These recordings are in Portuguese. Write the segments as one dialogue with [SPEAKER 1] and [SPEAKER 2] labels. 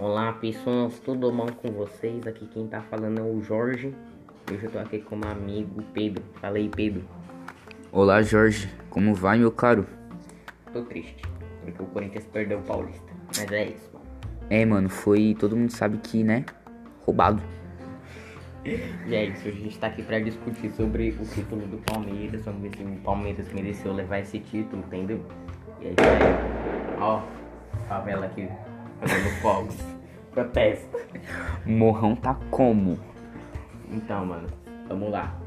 [SPEAKER 1] Olá pessoas, tudo bom com vocês? Aqui quem tá falando é o Jorge. Hoje eu tô aqui com meu amigo Pedro. Fala aí, Pedro.
[SPEAKER 2] Olá, Jorge. Como vai, meu caro?
[SPEAKER 1] Tô triste, porque o Corinthians perdeu o Paulista. Mas é isso, mano.
[SPEAKER 2] É, mano, foi. Todo mundo sabe que, né? Roubado.
[SPEAKER 1] E é isso, a gente tá aqui pra discutir sobre o título do Palmeiras. Vamos ver se o Palmeiras mereceu levar esse título, entendeu? E aí, vai. ó, favela aqui fazendo fogos. Protesto.
[SPEAKER 2] Morrão tá como?
[SPEAKER 1] Então, mano, vamos lá.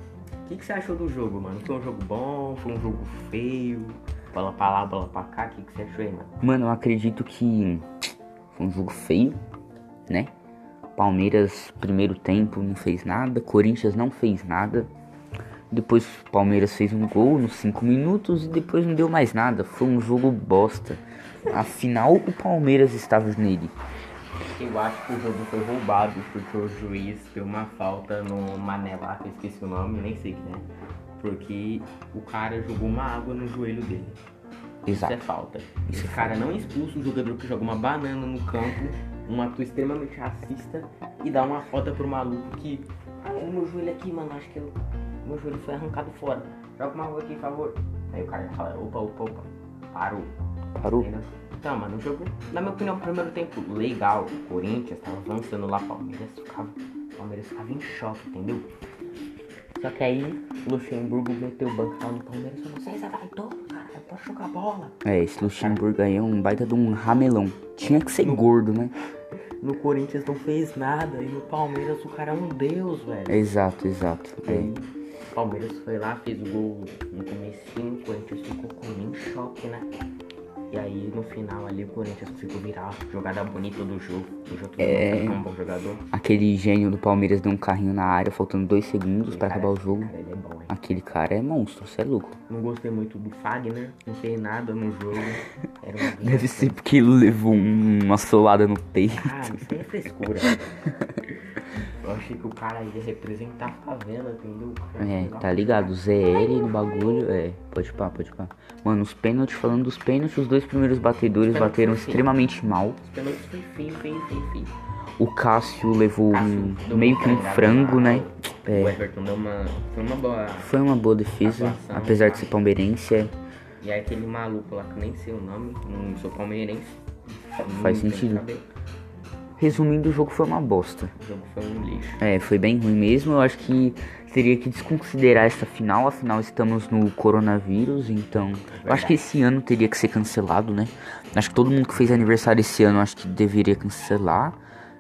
[SPEAKER 1] O que, que você achou do jogo, mano? Foi um jogo bom? Foi um jogo feio? Bola pra lá, bola pra cá. O que, que você achou aí, mano?
[SPEAKER 2] Mano, eu acredito que foi um jogo feio, né? Palmeiras, primeiro tempo, não fez nada. Corinthians não fez nada. Depois o Palmeiras fez um gol nos 5 minutos e depois não deu mais nada. Foi um jogo bosta. Afinal, o Palmeiras estava nele.
[SPEAKER 1] Eu acho que o jogo foi roubado, porque o juiz deu uma falta no Mané lá, que eu esqueci o nome, nem sei quem é. Porque o cara jogou uma água no joelho dele. Isso é
[SPEAKER 2] Exato.
[SPEAKER 1] falta. Esse cara não expulsa um jogador que joga uma banana no campo, um ato extremamente racista, e dá uma falta pro maluco que. Ah, o meu joelho aqui, mano, acho que eu- o meu joelho foi arrancado fora. Joga uma água aqui, por favor. Aí o cara fala, opa, opa, opa. Parou.
[SPEAKER 2] Parou?
[SPEAKER 1] Entendeu? Então, mano, o jogo, na minha opinião, primeiro tempo legal. O Corinthians tava avançando lá, Palmeiras ficava, Palmeiras ficava em choque, entendeu? Só que aí, Luxemburgo meteu o banco lá no Palmeiras e falou: Vocês avaitou, cara, pode jogar bola.
[SPEAKER 2] É, esse Luxemburgo aí é um baita de um ramelão. Tinha que ser gordo, né?
[SPEAKER 1] No Corinthians não fez nada, e no Palmeiras o cara é um deus, velho.
[SPEAKER 2] Exato, exato. É.
[SPEAKER 1] O Palmeiras foi lá, fez o gol no comecinho, o Corinthians ficou com em choque, né? E aí no final ali o Corinthians ficou virar jogada bonita do jogo. O jogo é um bom jogador.
[SPEAKER 2] Aquele gênio do Palmeiras deu um carrinho na área, faltando dois segundos pra
[SPEAKER 1] Cara,
[SPEAKER 2] acabar o jogo.
[SPEAKER 1] cara, ele é bom, hein?
[SPEAKER 2] Aquele cara é monstro, você é louco.
[SPEAKER 1] Não gostei muito do Fagner, não fez nada no jogo. Era uma
[SPEAKER 2] Deve ser porque ele levou um- uma solada no peito.
[SPEAKER 1] Ah, isso aí é frescura. né? Eu achei que o cara ia representar a favela, entendeu? O cara
[SPEAKER 2] É,
[SPEAKER 1] ia jogar
[SPEAKER 2] tá ligado? ZL no bagulho. É, pode pá, pode pá. Mano, os pênaltis, falando dos pênaltis, os dois primeiros batedores
[SPEAKER 1] Pênalti
[SPEAKER 2] bateram
[SPEAKER 1] foi feio.
[SPEAKER 2] extremamente mal.
[SPEAKER 1] Os pênaltis foi feio, feio, feio, feio.
[SPEAKER 2] O Cássio levou
[SPEAKER 1] Ah,
[SPEAKER 2] um-
[SPEAKER 1] Cássio deu
[SPEAKER 2] meio
[SPEAKER 1] uma
[SPEAKER 2] que um
[SPEAKER 1] carregada
[SPEAKER 2] frango,
[SPEAKER 1] lá,
[SPEAKER 2] né?
[SPEAKER 1] O Everton deu uma. Foi uma boa.
[SPEAKER 2] Foi uma boa defesa,
[SPEAKER 1] Atuação,
[SPEAKER 2] apesar de
[SPEAKER 1] tá.
[SPEAKER 2] ser palmeirense, é,
[SPEAKER 1] E aí aquele maluco lá que eu nem sei o nome, não sou palmeirense. não
[SPEAKER 2] faz
[SPEAKER 1] tem
[SPEAKER 2] sentido.
[SPEAKER 1] cabelo.
[SPEAKER 2] Resumindo, o jogo foi uma bosta.
[SPEAKER 1] O jogo foi um lixo.
[SPEAKER 2] É, foi bem ruim mesmo. Eu acho que teria que desconsiderar essa final. Afinal, estamos no coronavírus, então. Eu acho que esse ano teria que ser cancelado, né? Acho que todo mundo que fez aniversário esse ano, acho que deveria cancelar.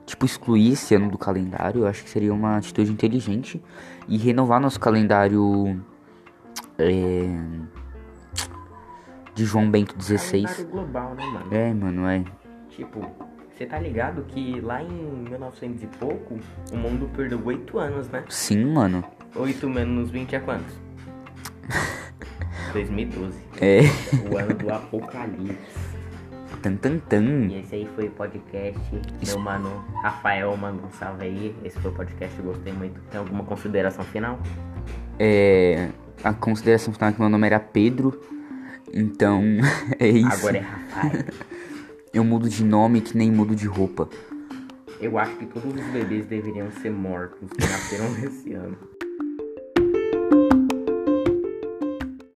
[SPEAKER 2] Tipo, excluir esse ano do calendário. Eu acho que seria uma atitude inteligente. E renovar nosso calendário. é, de João Bento
[SPEAKER 1] Calendário
[SPEAKER 2] XVI.
[SPEAKER 1] global, né, mano?
[SPEAKER 2] É, mano, é.
[SPEAKER 1] Tipo, você tá ligado que lá em 1900 e pouco, o mundo perdeu 8 anos, né?
[SPEAKER 2] Sim, mano.
[SPEAKER 1] 8 menos 20 é quantos? 2012.
[SPEAKER 2] É.
[SPEAKER 1] O ano do apocalipse.
[SPEAKER 2] Tan, tan, tan.
[SPEAKER 1] E esse aí foi o podcast, meu mano Rafael, mano, um salve aí. Esse foi o podcast, eu gostei muito. Tem alguma consideração final?
[SPEAKER 2] É, a consideração final é que meu nome era Pedro. Então, é isso.
[SPEAKER 1] Agora é Rafael.
[SPEAKER 2] Eu mudo de nome que nem mudo de roupa.
[SPEAKER 1] Eu acho que todos os bebês deveriam ser mortos que nasceram nesse ano.